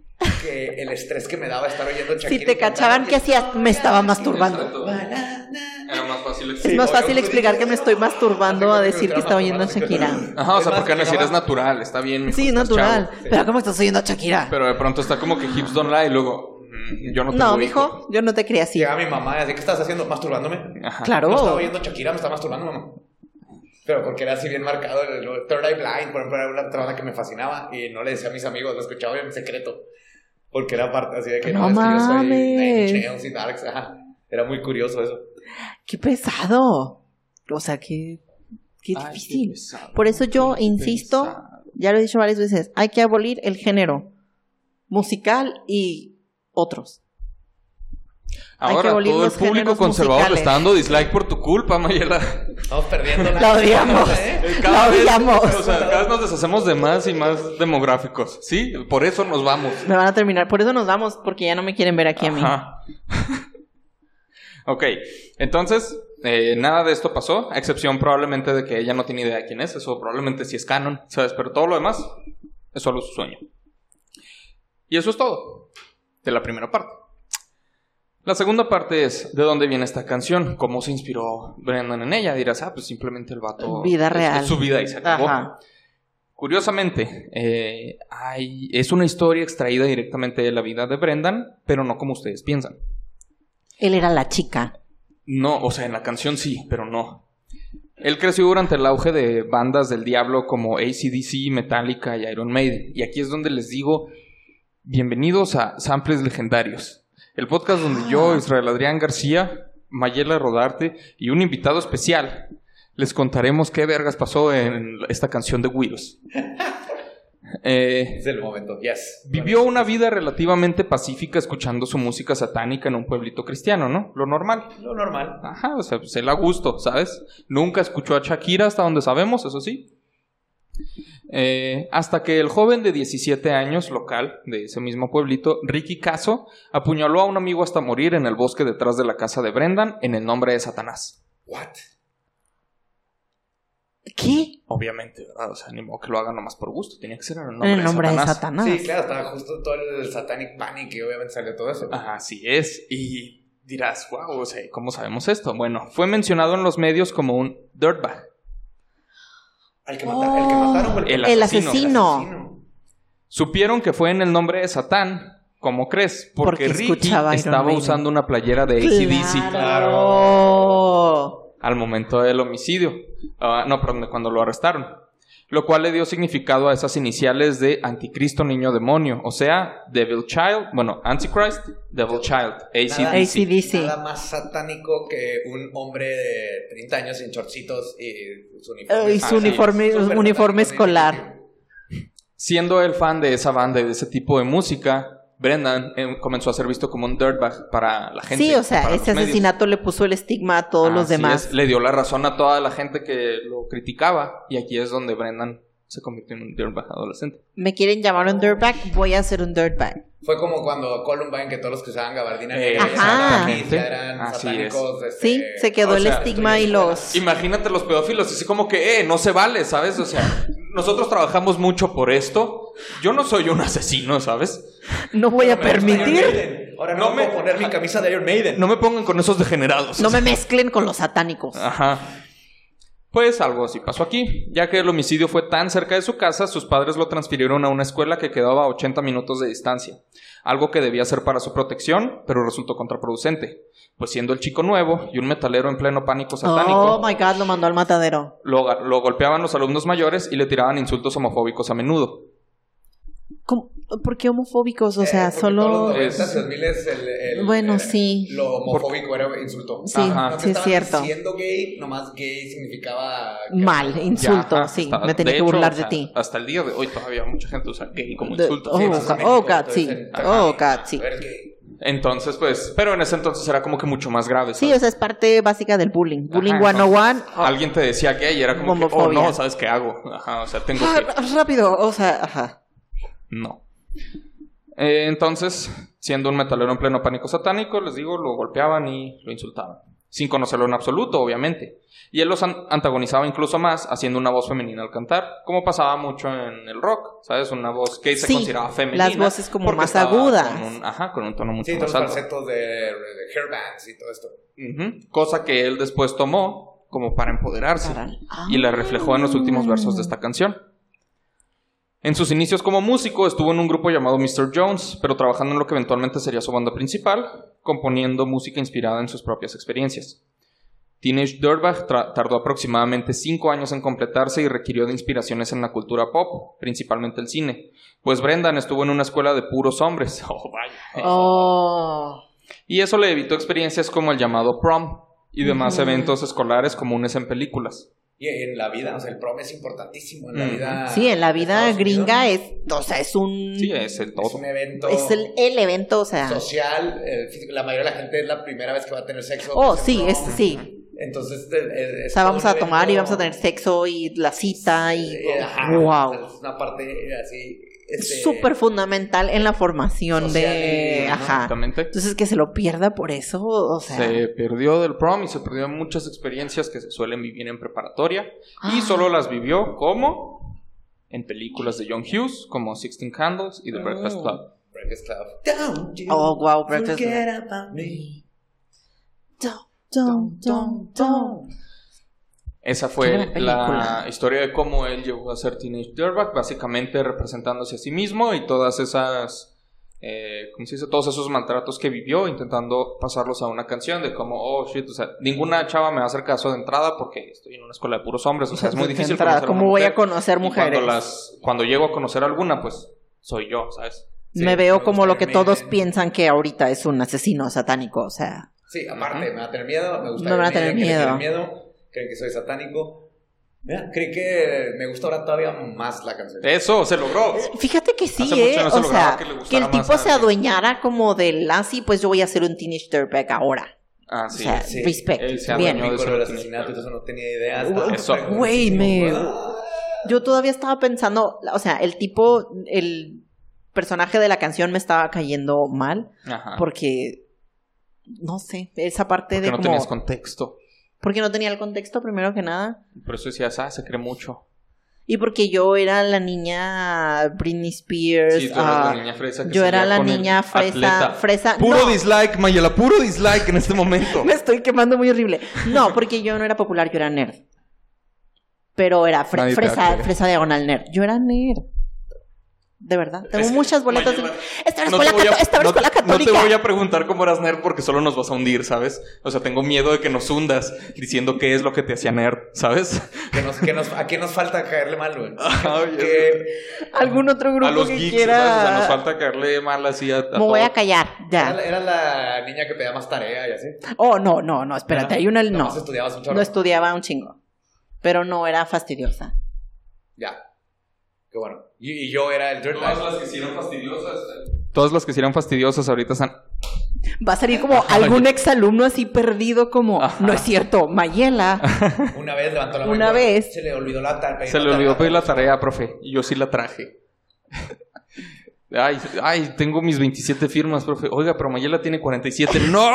C: que el estrés que me daba estar oyendo Shakira.
B: Si te cachaban, ¿qué hacías? Me estaba masturbando.
A: Era más fácil
B: Es más
C: obvio,
B: fácil
C: pues,
B: explicar que me estoy masturbando a
C: Hace
B: decir que
C: cuenta
B: estaba
C: me
B: oyendo a
C: estaba
B: Shakira.
C: masturbando.
A: Ajá, o sea,
C: Es más,
A: porque no
C: te
A: si eres
C: llegaba-
A: natural, está bien. mijo,
B: Sí,
A: estás
B: natural.
A: chavo.
B: Pero ¿cómo estás oyendo a Shakira?
A: Pero de pronto está como que hips don't lie y luego mm, yo no te
B: No,
A: ubico.
B: mijo, yo no te creía así.
C: Llegaba mi mamá y así, ¿qué estás haciendo? ¿Masturbándome?
A: Ajá.
B: Claro.
C: No estaba oyendo Shakira, me estaba masturbando, mamá. Pero porque era así bien marcado el el Third Eye Blind, por ejemplo, era una trama que me fascinaba y no le decía a mis amigos, lo escuchaba en secreto. Porque era parte así de que
B: No
C: es que yo soy Nine
B: mames.
C: Inch Nails y Darks, ajá. Era muy curioso eso.
B: Qué pesado. O sea, qué, qué
A: Ay, qué
B: difícil.
A: pesado,
B: Por eso yo
A: qué
B: insisto,
A: pesado.
B: ya lo he dicho varias veces, hay que abolir el género musical y otros. hay que
A: Ahora
B: abolir
A: todo el
B: los
A: público
B: géneros
A: conservador le
B: musicales.
A: está dando dislike por tu culpa, Mayela.
C: Estamos perdiendo
B: La odiamos.
C: ¿eh?
B: La odiamos.
A: O sea, cada vez nos deshacemos de más y más demográficos. Sí, por eso nos vamos.
B: Me van a terminar. Por eso nos vamos, porque ya no me quieren ver aquí a mí.
A: Ajá. ok, entonces, eh, nada de esto pasó, a excepción probablemente de que ella no tiene idea de quién es, eso probablemente sí es canon, ¿sabes? Pero todo lo demás es solo su sueño. Y eso es todo de la primera parte. La segunda parte es de dónde viene esta canción, cómo se inspiró Brendan en ella. Dirás, ah, pues simplemente el vato.
B: Vida
A: es-
B: real.
A: Es su vida y se acabó.
B: Ajá.
A: Curiosamente, eh, hay- es una historia extraída directamente de la vida de Brendan, pero no como ustedes piensan.
B: Él era la chica.
A: No, o sea, en la canción sí, pero no. Él creció durante el auge de bandas del diablo como ACDC, Metallica y Iron Maiden. Y aquí es donde les digo, bienvenidos a Samples Legendarios. El podcast donde yo, Israel Adrián García, Mayela Rodarte y un invitado especial les contaremos qué vergas pasó en esta canción de Virus. Eh,
C: Es el momento, yes.
A: Vivió una vida relativamente pacífica escuchando su música satánica en un pueblito cristiano, ¿no? Lo normal.
C: Lo normal.
A: Ajá, o sea, pues él a gusto, ¿sabes? Nunca escuchó a Shakira hasta donde sabemos, eso sí. Eh, hasta que el joven de 17 años, local de ese mismo pueblito, Ricky Caso, apuñaló a un amigo hasta morir en el bosque detrás de la casa de Brendan en el nombre de Satanás.
C: What?
B: ¿Qué?
A: Obviamente, ¿verdad? O sea, ni modo que lo haga nomás por gusto, tenía que ser en el nombre,
B: En el nombre
A: de
B: de
A: Satanás.
B: Satanás.
C: Sí, claro, estaba justo todo el Satanic Panic y obviamente salió todo eso.
A: Así es. Y dirás, wow, o sea, ¿cómo sabemos esto? Bueno, fue mencionado en los medios como un dirtbag.
C: Al que, mata- al que mataron, güey.
A: El
B: Oh. El
A: asesino.
B: asesino.
A: Supieron que fue en el nombre de Satán, ¿cómo crees? Porque,
B: Porque
A: Ricky
B: escuchaba Iron
A: estaba
B: Maiden.
A: usando una playera de ACDC
B: Claro.
A: al momento del homicidio. Ah, no, perdón, de cuando lo arrestaron. Lo cual le dio significado a esas iniciales de Anticristo Niño Demonio, o sea, Devil Child, bueno, Antichrist, Devil Child,
C: Nada.
A: ACDC.
B: ACDC.
C: Nada más satánico que un hombre de 30 años sin shortcitos y su uniforme.
B: Eh, Y
A: Ah, sí.
B: su uniforme,
C: Súper
B: uniforme
C: satánico,
B: escolar.
A: Siendo el fan de esa banda y de ese tipo de música, Brendan eh, comenzó a ser visto como un dirtbag para la gente.
B: Sí, o sea,
A: para
B: ese
A: los medios. Ah,
B: asesinato le puso el estigma a todos los
A: Así
B: demás.
A: es, le dio la razón a toda la gente que lo criticaba y aquí es donde Brendan se convirtió en un dirtbag adolescente.
B: Me quieren llamar un dirtbag, voy a ser un dirtbag.
C: Fue como cuando Columbine, que todos los que usaban gabardina negra
B: Ajá.
C: exactamente eran
A: Así
C: satánicos. este,
B: Sí, se quedó
A: Eh, o
B: el
A: sea,
B: estigma y los...
A: Imagínate los pedófilos, así como que, eh, no se vale, ¿sabes? O sea, nosotros trabajamos mucho por esto. Yo no soy un asesino, ¿sabes?
B: No voy a
C: Iron
B: permitir,
C: Maiden. Ahora
A: No
C: no,
A: me-
C: me puedo poner mi camisa de Iron Maiden.
A: No me pongan con esos degenerados.
B: no me mezclen con los satánicos.
A: Ajá. Pues algo así pasó aquí. Ya que el homicidio fue tan cerca de su casa, sus padres lo transfirieron a una escuela que quedaba a 80 minutos de distancia. Algo que debía ser para su protección, pero resultó contraproducente. Pues siendo el chico nuevo y un metalero en pleno pánico satánico,
B: Oh my god, lo mandó al matadero.
A: lo, ga- lo golpeaban los alumnos mayores y le tiraban insultos homofóbicos a menudo.
B: ¿Cómo- ¿Por qué homofóbicos? O
C: Eh,
B: sea,
C: porque
B: solo...
C: Todos los 90s y 2000s el, el-
B: Bueno,
C: el-
B: sí.
C: Lo homofóbico era insulto.
B: Sí,
A: Ajá.
B: sí es cierto.
C: Siendo gay, nomás gay significaba. que-
B: Mal, insulto,
A: Ya, ajá,
B: sí.
A: hasta-
B: Me
A: de
B: tenía que
A: hecho,
B: burlar
A: o sea,
B: de ti.
A: Hasta el día de hoy todavía mucha gente usa gay como
B: De-
A: insulto.
B: oh,
A: Sí,
C: más
B: god,
C: o menos,
B: oh, god,
C: entonces,
B: sí.
C: el-
B: Oh, god, sí.
C: A ver, que-
A: Entonces, pues, pero en ese entonces era como que mucho más grave.
B: Sí,
A: ¿sabes?
B: o sea, es parte básica del bullying. Bullying
A: Ajá,
B: 101.
A: entonces, Alguien te decía que y era como que, oh,
B: Homofobia.
A: no, ¿sabes qué hago? Ajá, o sea, tengo
B: Ah,
A: que...
B: r- rápido, o sea, ajá.
A: No. Eh, entonces, siendo un metalero en pleno pánico satánico, les digo, lo golpeaban y lo insultaban. sin conocerlo en absoluto, obviamente. Y él los an- antagonizaba incluso más haciendo una voz femenina al cantar, como pasaba mucho en el rock, ¿sabes? Una voz que se
B: Sí,
A: consideraba femenina.
B: las voces como
A: porque
B: más
A: estaba
B: agudas.
A: Con un, ajá, con un tono mucho
C: Sí, todos
A: más
C: los
A: alto.
C: conceptos de, de hairbands y todo esto.
A: Ujú, Cosa que él después tomó como para empoderarse
B: Para-
A: y la reflejó en los últimos versos
B: Ah.
A: de esta canción. En sus inicios como músico estuvo en un grupo llamado Mr. Jones, pero trabajando en lo que eventualmente sería su banda principal, componiendo música inspirada en sus propias experiencias. Teenage Dirtbag tra- tardó aproximadamente cinco años en completarse y requirió de inspiraciones en la cultura pop, principalmente el cine, pues Brendan estuvo en una escuela de puros hombres. Oh, vaya.
B: Oh.
A: Y eso le evitó experiencias como el llamado prom y demás
B: Ujú.
A: eventos escolares comunes en películas.
C: Y en la vida, o sea, el prom es importantísimo. En la
A: Mm.
C: vida.
B: Sí, en la
C: de
B: vida
C: Estados
B: gringa
C: Unidos,
B: es, o sea, es un,
A: Sí, es el
C: es
A: todo.
C: un evento
B: es el, el evento, o sea,
C: social. eh, físico. la mayoría de la gente es la primera vez que va a tener sexo.
B: oh,
C: que es
B: sí,
C: el
B: es,
C: prom.
B: sí,
C: Entonces, es- es-
B: o
C: es
B: sea,
C: todo
B: vamos
C: un
B: a tomar y
C: evento-
B: vamos a tener sexo y la cita y,
C: Eh, ajá, o sea,
B: wow,
C: Es una parte así. este,
B: súper fundamental en la formación
C: social
B: de,
C: y-
B: ajá,
A: Exactamente.
B: entonces que se lo pierda por eso, o sea,
A: Se perdió del prom y se perdió muchas experiencias que se suelen vivir en preparatoria y
B: Ah.
A: solo las vivió como en películas de John Hughes como Sixteen Candles y The Breakfast
B: Oh.
A: Club.
C: Breakfast Club. Don't you
B: oh, wow, breakfast.
C: forget about me.
B: Dun, dun, dun.
A: Esa
B: Qué
A: fue
B: buena
A: la
B: película.
A: historia de cómo él llegó a ser Teenage Dirtbag, básicamente representándose a sí mismo y todas esas, eh, ¿cómo se dice? Todos esos maltratos que vivió intentando pasarlos a una canción de como, oh shit, o sea, ninguna chava me va a hacer caso de entrada porque estoy en una escuela de puros hombres, o sea, es muy
B: De
A: difícil
B: entrada,
A: conocer a una
B: ¿Cómo voy a
A: mujer.
B: conocer
A: Y
B: mujeres?
A: Cuando, las, cuando llego a conocer alguna, pues soy yo, ¿sabes?
C: Sí,
B: me veo
C: me
B: como lo que
C: gustaría
B: todos
C: ver-
B: piensan que ahorita es un asesino satánico, o sea,
C: Sí, aparte,
A: Ajá.
C: me va a tener miedo. Me gusta
B: No me van a
C: creen que
B: tener
C: me tienen miedo. Creen que soy satánico. Mira, creí que me gusta ahora todavía más la canción.
B: Eh,
A: Eso se logró.
B: fíjate que sí,
A: Hace mucho
B: eh,
A: no se
B: o
A: lograba
B: sea,
A: que le
B: que,
A: gustara
B: el
A: más
B: tipo
A: a
B: se
A: alguien.
B: adueñara como del así, pues yo voy a ser un teenage dirtbag ahora,
A: Ah, sí.
B: o sea,
C: sí.
B: respect,
A: Él se
B: bien.
A: adueñó
C: Me
A: de
C: acuerdo
A: ser
C: del
A: optimista.
C: asesinato, entonces no tenía idea.
A: Güey,
C: Estaba
B: güey, me- Yo todavía estaba pensando, o sea, el tipo, el personaje de la canción me estaba cayendo mal
A: Ajá.
B: porque, no sé, esa parte
A: Porque
B: de
A: Ah. no
B: como...
A: tenías contexto.
B: Porque no tenía el contexto, primero que nada.
A: Por eso decías, ah, se cree mucho.
B: Y porque yo era la niña Britney Spears.
A: Sí, tú eras
B: ah,
A: la niña fresa que
B: yo era
A: salía
B: la
A: con el
B: niña fresa.
A: atleta.
B: fresa.
A: Puro
B: no,
A: dislike, Mayela, puro dislike en este momento.
B: me estoy quemando muy horrible. No, porque yo no era popular, yo era nerd. Pero era fre-
A: Nadie te va a
B: fresa,
A: creer.
B: fresa diagonal nerd. Yo era nerd. De verdad. Tengo
A: Es que,
B: muchas boletas.
A: Mayela,
B: Esta era
A: No
B: escuela,
A: te voy a-
B: cató- esta era
A: no te-
B: escuela
A: no te
B: católica.
A: voy a preguntar cómo eras nerd porque solo nos vas a hundir, ¿sabes? O sea, tengo miedo de que nos hundas diciendo qué es lo que te hacía nerd, ¿sabes?
C: Que nos, que nos, ¿A qué nos falta caerle mal, güey?
A: Ay,
C: Que
B: Algún otro grupo
A: a los
B: que
A: geeks, ¿sabes?
B: quiera.
A: O sea, nos falta caerle mal así a, a
B: Me voy
A: todo.
B: a callar,
C: era,
B: ya.
C: la- era la niña que pedía más tarea y así.
B: Oh, no, no, no, espérate,
A: Ah,
B: hay una. No,
C: Nomás estudiabas un chorro.
B: no estudiaba un chingo. Pero no era fastidiosa.
C: Ya. Qué bueno. Y, y yo era el dirtbag.
A: que sí eran fastidiosas. Todas las que sí eran fastidiosas ahorita están.
B: Va a salir como algún exalumno así perdido, como,
A: Ajá.
B: no es cierto, Mayela.
C: Una vez levantó la mano. y
B: Una
C: dijo,
B: vez.
C: Se le olvidó la tarea.
A: Se le olvidó pedir la tarea, profe. Y yo sí la traje. Ay, ay, tengo mis 27 firmas, profe. Oiga, pero Mayela tiene 47. ¡No!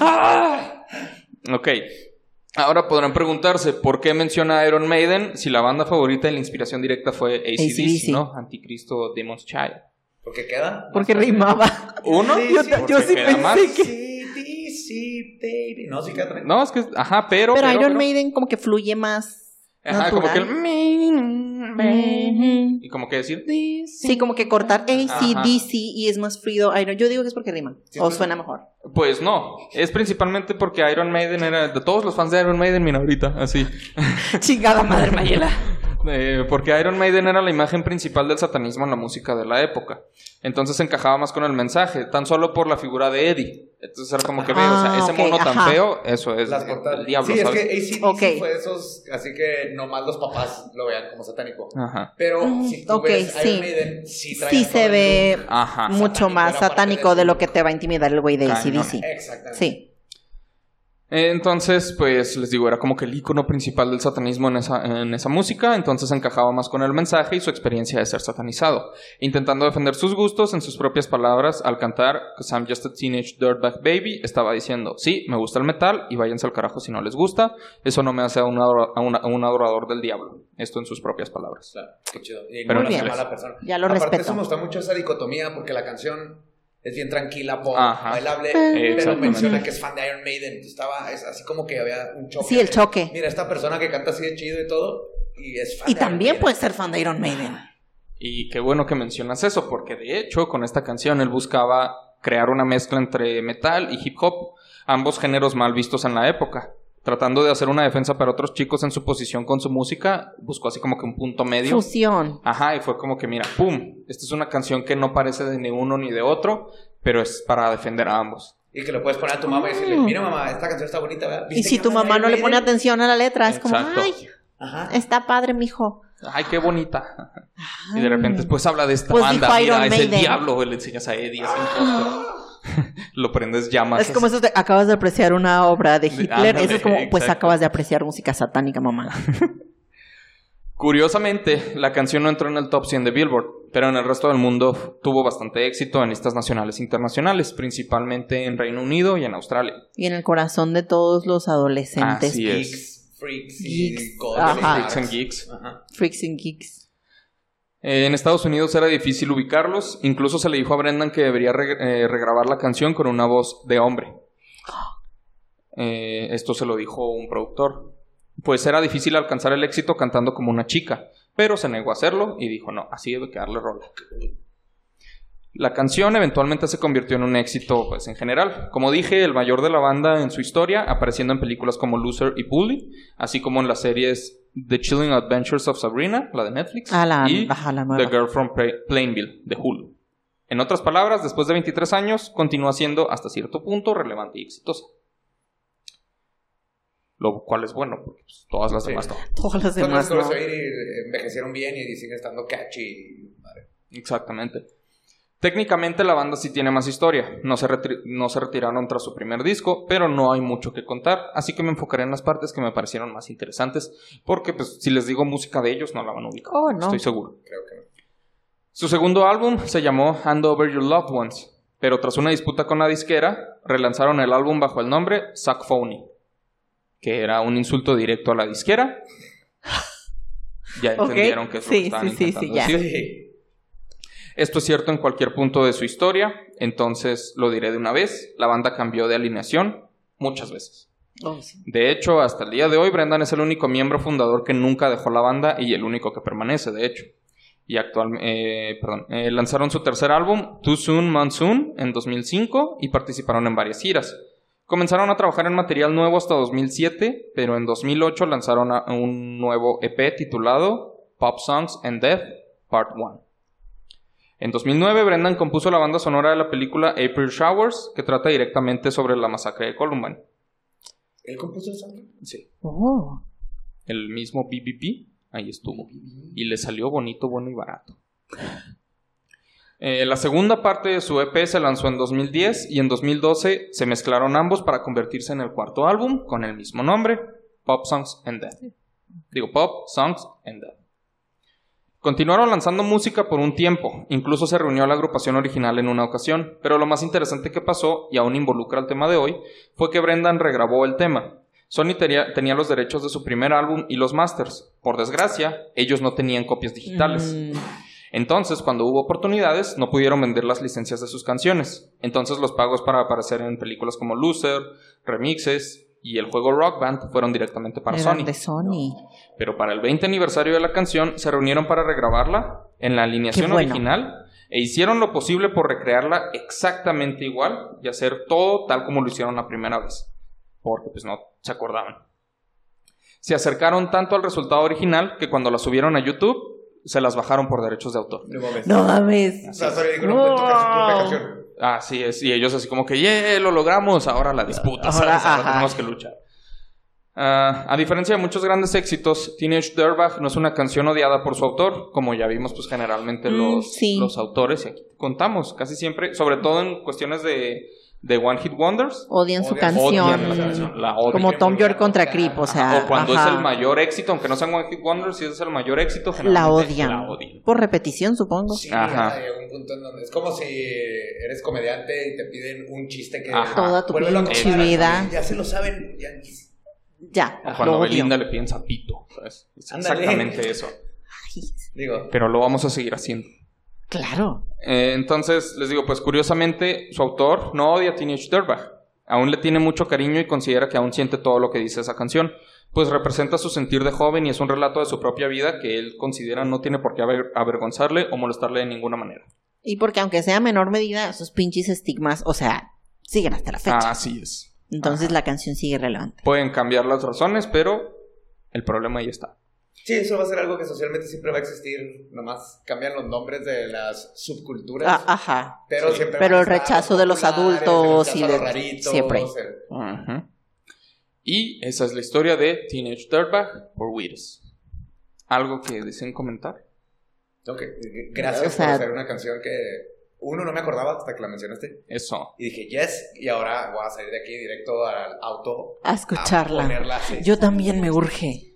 A: ¡Ah! Ok. Ahora podrán preguntarse por qué menciona a Iron Maiden si la banda favorita y la inspiración directa fue ACDC,
B: AC/DC.
A: ¿no? Anticristo Demon's Child.
C: ¿Por qué queda?
B: Porque rimaba.
A: Uno,
B: Yo ta- yo
A: porque
B: sí
A: queda
B: pensé
A: más.
B: que-
C: Sí, sí, sí, baby. No, sí queda también.
A: No, es que, ajá, pero.
B: Pero, Iron
A: pero-
B: Maiden como que fluye más.
A: Ajá, como que
B: natural.
A: el. Y como que decir.
B: Sí, como que cortar
A: Ajá.
B: ACDC y es más fluido Iron. Yo digo que es porque rima.
C: Sí,
B: o
C: pues.
B: suena mejor.
A: Pues no, es principalmente porque Iron Maiden era de todos los fans de Iron Maiden, mira ahorita, así.
B: Chingada madre Mayela.
A: Eh, porque Iron Maiden era la imagen principal del satanismo en la música de la época. Entonces encajaba más con el mensaje, tan solo por la figura de Eddie. Entonces era como que, veo, o sea,
B: Ah,
A: ese
B: ok,
A: mono tan
B: ajá.
A: feo, eso es
C: Las portadas.
A: pues, el diablo,
C: sí,
A: ¿sabes?
C: es que ACDC
B: Ok.
C: fue esos, así que nomás los papás lo vean como satánico.
A: Ajá.
C: Pero
B: Mm,
C: si tú
B: ok,
C: ves Iron
B: sí.
C: Maiden, sí trae
B: Sí se ve
A: Ajá.
B: mucho
C: Satánico,
B: más
C: era parte Eh, de
B: satánico
C: su-
B: de lo que te va a intimidar el güey de
A: Cañón.
B: ACDC.
C: Exactamente.
B: Sí.
A: Entonces, pues les digo, era como que el icono principal del satanismo en esa, en esa música, entonces encajaba más con el mensaje y su experiencia de ser satanizado, intentando defender sus gustos en sus propias palabras al cantar Cause I'm Just a Teenage Dirtbag Baby, estaba diciendo, sí, me gusta el metal y váyanse al carajo si no les gusta, eso no me hace a un, adora- a una- a un adorador del diablo, esto en sus propias palabras.
C: Claro, qué chido. Y
A: Pero
C: no
B: muy
C: la hace
B: bien.
C: mala persona.
B: Ya lo
C: Aparte,
B: respeto.
C: eso me gusta mucho esa dicotomía porque la canción es bien tranquila, pop,
A: Ajá.
C: bailable,
B: Ah.
C: pero
A: Exactamente.
C: menciona que es fan de Iron Maiden. Entonces Estaba es así como que había un choque.
B: Sí, el choque.
C: Mira, esta persona que canta así de chido y todo, y es fan
B: Y
C: de Iron
B: también
C: Maiden.
B: puede ser fan de Iron Maiden.
A: Y qué bueno que mencionas eso, porque de hecho con esta canción él buscaba crear una mezcla entre metal y hip hop, ambos géneros mal vistos en la época. Tratando de hacer una defensa para otros chicos en su posición con su música, buscó así como que un punto medio.
B: Fusión.
A: Ajá, y fue como que mira, ¡pum! Esta es una canción que no parece de ni uno ni de otro, pero es para defender a ambos.
C: Y que lo puedes poner a tu mamá y decirle, mira mamá, esta canción está bonita, ¿verdad?
B: Ah. Y
C: ¿Viste
B: si
C: que
B: tu
C: canta
B: mamá no
C: Iron
B: le pone
C: Maiden?"
B: atención a la letra, es como,
A: Exacto.
B: ay,
C: Ajá.
B: está padre, mijo.
A: ¡Ay, qué bonita! Y de repente pues habla de esta
B: Pues
A: banda,
B: dijo
A: mira,
B: Iron
A: es el
B: Maiden.
A: diablo, le enseñas a Eddie, es un póster. lo prendes llamas.
B: Es como eso de, acabas de apreciar una obra de Hitler.
A: ándale,
B: eso es como, pues
A: exacto.
B: acabas de apreciar música satánica, mamá.
A: Curiosamente, la canción no entró en el top 100 de Billboard, pero en el resto del mundo f- tuvo bastante éxito en listas nacionales e internacionales, principalmente en Reino Unido y en Australia.
B: Y en el corazón de todos los adolescentes.
A: Así es.
C: Geeks, freaks
B: Geeks,
C: y goths
B: ajá.
A: Geeks and geeks.
C: Ajá.
B: Freaks and geeks.
A: Eh, en Estados Unidos era difícil ubicarlos, incluso se le dijo a Brendan que debería re- eh, regrabar la canción con una voz de hombre. Eh, esto se lo dijo un productor. Pues era difícil alcanzar el éxito cantando como una chica, pero se negó a hacerlo y dijo, no, así debe quedarle rola. La canción eventualmente se convirtió en un éxito pues, en general. Como dije, el mayor de la banda en su historia, apareciendo en películas como Loser y Bully, así como en las series The Chilling Adventures of Sabrina, la de Netflix,
B: A Ah, la,
A: y
B: ajá, la
A: The
B: nueva.
A: Girl from Pla- Plainville, de Hulu. En otras palabras, después de 23 años, continúa siendo hasta cierto punto relevante y exitosa. Lo cual es bueno, porque pues, todas las
C: Sí.
A: demás no.
B: Todas las
C: Entonces,
B: demás,
C: los
B: ¿no?
C: Corsair y eh, envejecieron bien y siguen estando catchy.
A: Exactamente. Técnicamente la banda sí tiene más historia, no se, retri- no se retiraron tras su primer disco, pero no hay mucho que contar, así que me enfocaré en las partes que me parecieron más interesantes, porque pues, si les digo música de ellos no la van a ubicar,
B: Oh, no.
A: estoy seguro.
C: Creo que no.
A: Su segundo álbum se llamó Hand Over Your Loved Ones, pero tras una disputa con la disquera, relanzaron el álbum bajo el nombre Suck Phony, que era un insulto directo a la disquera. Ya
B: Ok,
A: entendieron que es lo que
B: sí,
A: estaban
B: sí, sí, sí,
A: intentando
B: ya.
A: decir. Esto es cierto en cualquier punto de su historia, entonces lo diré de una vez, la banda cambió de alineación muchas veces.
B: Oh, sí.
A: De hecho, hasta el día de hoy Brendan es el único miembro fundador que nunca dejó la banda y el único que permanece, de hecho. Y actualmente, perdón, eh, lanzaron su tercer álbum, Too Soon Monsoon, en 2005 y participaron en varias giras. Comenzaron a trabajar en material nuevo hasta 2007, pero en 2008 lanzaron a- un nuevo EP titulado Pop Songs and Death Part 1. En 2009, Brendan compuso la banda sonora de la película April Showers, que trata directamente sobre la masacre de Columbine.
C: ¿Él compuso el soundtrack?
A: Sí.
B: Oh.
A: El mismo BBP, ahí estuvo. Y le salió bonito, bueno y barato. Eh, la segunda parte de su EP se lanzó en 2010 y en 2012 se mezclaron ambos para convertirse en el cuarto álbum con el mismo nombre, Pop Songs and Death. Digo, Pop Songs and Death. Continuaron lanzando música por un tiempo, incluso se reunió la agrupación original en una ocasión, pero lo más interesante que pasó, y aún involucra el tema de hoy, fue que Brendan regrabó el tema, Sony tenía, tenía los derechos de su primer álbum y los masters. Por desgracia, ellos no tenían copias digitales.
B: Mm,
A: Entonces, cuando hubo oportunidades, no pudieron vender las licencias de sus canciones. Entonces, los pagos para aparecer en películas como Loser, remixes y el juego Rock Band fueron directamente para
B: eran
A: Sony.
B: De Sony.
A: Pero para el 20 aniversario de la canción, se reunieron para regrabarla en la alineación
B: Qué bueno.
A: original e hicieron lo posible por recrearla exactamente igual y hacer todo tal como lo hicieron la primera vez. Porque pues no se acordaban. Se acercaron tanto al resultado original que cuando la subieron a YouTube, se las bajaron por derechos de autor.
C: No mames.
B: No mames.
C: O sea, Sony dijo, no pueden tocar su propia
B: Wow.
C: canción.
A: Así es, y ellos así como que, yeah, lo logramos, ahora la disputa,
B: Ahora,
A: ¿sabes? Ahora
B: ajá.
A: tenemos que luchar. Ah, a diferencia de muchos grandes éxitos, Teenage Dirtbag no es una canción odiada por su autor, como ya vimos pues generalmente
B: Mm,
A: los,
B: sí.
A: los autores, y aquí contamos casi siempre, sobre todo en cuestiones de de One Hit Wonders.
B: Odian su
C: Odian-
A: odian la
B: canción.
A: canción, la odian.
B: Como Tom York contra Creep, o sea.
A: o cuando
B: ajá.
A: es el mayor éxito, aunque no sean One Hit Wonders, si es el mayor éxito,
B: La
A: generalmente
B: odian. Por repetición, supongo.
C: Sí,
A: Ajá.
C: hasta llega un punto en donde es como si eres comediante y te piden un chiste que
A: Ajá.
B: Toda tu
C: Vuélvelo a
B: pinche
C: contar,
B: vida.
C: Ya se lo saben. ya- Ay,
B: Ya.
A: O cuando
B: lo odio.
A: Belinda le piden sapito. ¿sabes? Es
C: Ándale.
A: exactamente eso.
B: Ay,
C: Digo,
A: Pero lo vamos a seguir haciendo.
B: claro.
A: Eh, entonces, les digo, pues curiosamente, su autor no odia a Teenage Dirtbag. Aún le tiene mucho cariño y considera que aún siente todo lo que dice esa canción. Pues representa su sentir de joven y es un relato de su propia vida que él considera no tiene por qué aver- avergonzarle o molestarle de ninguna manera.
B: Y porque aunque sea a menor medida, esos pinches estigmas, o sea, siguen hasta la fecha.
A: Así es.
B: Entonces la canción sigue relevante.
A: Pueden cambiar las razones, pero el problema ahí está.
C: sí, eso va a ser algo que socialmente siempre va a existir. Nomás cambian los nombres de las subculturas.
B: Ah, ajá.
C: pero
A: sí.
C: siempre
B: Pero
C: van a
B: el
C: estar
B: rechazo de los
C: populares, el
B: adultos
C: rechazo
B: y
C: a los
B: de-
C: raritos,
B: siempre.
C: el-
A: Ujú. Y esa es la historia de Teenage Dirtbag por Weems. ¿Algo que deseen comentar?
C: Ok, eh, Gracias
B: O sea-
C: por hacer una canción que uno no me acordaba hasta que la mencionaste.
A: Eso.
C: Y dije, yes, y ahora voy a salir de aquí directo al auto.
B: A
C: a
B: escucharla.
C: ponerla así.
B: Yo también me urge.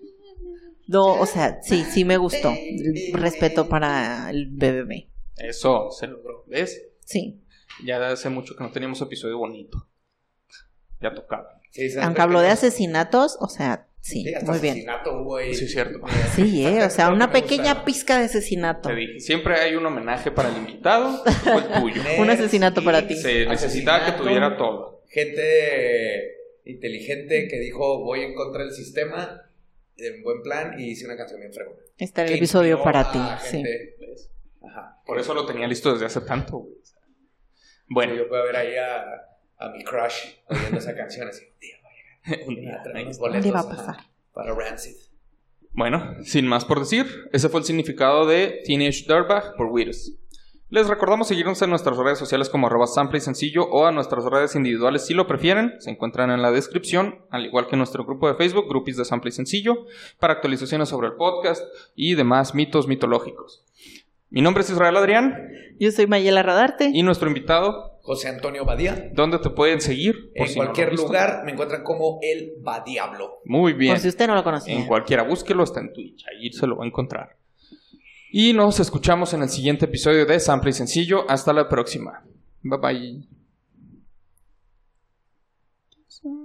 B: No, o sea, sí, sí me gustó. Respeto para el BBB.
A: Eso se logró. ¿Ves?
B: Sí.
A: Ya hace mucho que no teníamos episodio bonito. Ya tocaba.
C: Sí, sí,
B: Aunque habló de
C: sí,
B: asesinatos, o sea, sí,
C: hasta
B: muy bien.
C: asesinato hubo ahí.
A: Sí, es cierto.
B: Sí, eh, o sea,
C: Lo que
B: una
C: me
B: pequeña
C: gusta.
B: pizca de asesinato.
A: Te dije, siempre hay un homenaje para el invitado o el tuyo.
B: Un asesinato para ti.
A: Se necesitaba que
C: Asesinato.
A: tuviera todo.
C: Gente inteligente que dijo, voy en contra del sistema, en buen plan, y hice una canción bien fregona.
B: Ahí Está el
C: Que
B: episodio
C: inspiró
B: para
C: a
B: ti. Sí.
C: gente, pues, Ajá.
A: Por eso lo tenía listo desde hace tanto. güey.
C: Bueno.
A: Bueno,
C: Yo puedo ver ahí a, a mi crush oyendo esa canción así. "Tío, mira, trae unos
B: ¿Dónde
C: boletos,
B: va a
C: ajá,
B: pasar?
C: Para Rancid.
A: bueno, sin más por decir, ese fue el significado de Teenage Dirtbag por Weirdos. Les recordamos seguirnos en nuestras redes sociales como arroba sample y sencillo o a nuestras redes individuales si lo prefieren. Se encuentran en la descripción, al igual que nuestro grupo de Facebook, Grupis de Sample y Sencillo, para actualizaciones sobre el podcast y demás mitos mitológicos. Mi nombre es Israel Adrián
B: Yo soy Mayela Radarte.
A: y nuestro invitado,
C: José Antonio Badía.
A: ¿dónde te pueden seguir? Por
C: en
A: si no lo
C: cualquier
A: han visto.
C: lugar me encuentran como el Badiablo.
A: Muy bien.
B: Por si usted no lo conocía.
A: En cualquiera, búsquelo, está en Twitch, ahí se lo va a encontrar. Y nos escuchamos en el siguiente episodio de Sample y Sencillo. Hasta la próxima. Bye bye.